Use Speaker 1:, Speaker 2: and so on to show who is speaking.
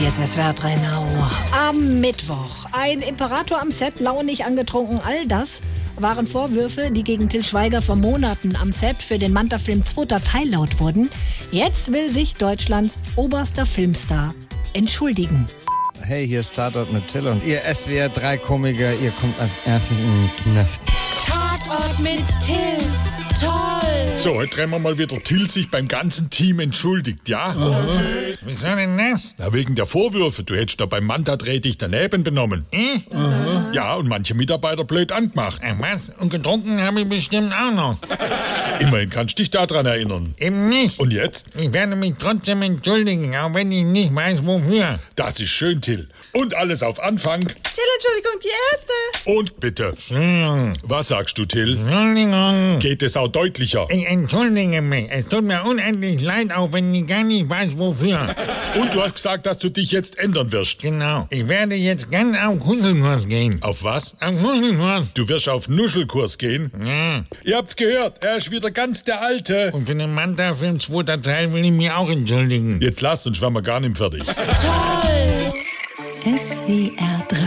Speaker 1: Jetzt SWR 3 Now. Am Mittwoch. Ein Imperator am Set, launig angetrunken, all das waren Vorwürfe, die gegen Till Schweiger vor Monaten am Set für den Manta-Film zweiter Teil laut wurden. Jetzt will sich Deutschlands oberster Filmstar entschuldigen.
Speaker 2: Hey, hier ist Tatort mit Till und ihr SWR3-Komiker, ihr kommt als erstes in den Knast.
Speaker 3: Tatort mit Till. Toll.
Speaker 4: So, heute trennen wir mal wieder Till sich beim ganzen Team entschuldigt, ja?
Speaker 5: Wieso denn das?
Speaker 4: Na, wegen der Vorwürfe, du hättest da beim Manta-Dreh dich daneben benommen.
Speaker 5: Ich?
Speaker 4: Ja, und manche Mitarbeiter blöd angemacht.
Speaker 5: Ach was? Und getrunken habe ich bestimmt auch noch.
Speaker 4: Immerhin kannst du dich daran erinnern.
Speaker 5: Eben nicht.
Speaker 4: Und jetzt?
Speaker 5: Ich werde mich trotzdem entschuldigen, auch wenn ich nicht weiß, wofür.
Speaker 4: Das ist schön, Till. Und alles auf Anfang.
Speaker 6: Till, Entschuldigung, die erste.
Speaker 4: Und bitte. Hm. Was sagst du, Till?
Speaker 5: Entschuldigung.
Speaker 4: Geht es auch deutlicher?
Speaker 5: Ich entschuldige mich. Es tut mir unendlich leid, auch wenn ich gar nicht weiß, wofür.
Speaker 4: Und du hast gesagt, dass du dich jetzt ändern wirst.
Speaker 5: Genau. Ich werde jetzt ganz auf Kuschelkurs gehen.
Speaker 4: Auf was?
Speaker 5: Auf Kuschelkurs.
Speaker 4: Du wirst auf Nuschelkurs gehen?
Speaker 5: Ja.
Speaker 4: Ihr habt's gehört, er ist wieder ganz der Alte.
Speaker 5: Und für den Manta-Film zweiter Teil will ich mich auch entschuldigen.
Speaker 4: Jetzt lasst uns, waren wir gar nicht fertig.
Speaker 3: Toll.
Speaker 7: SWR 3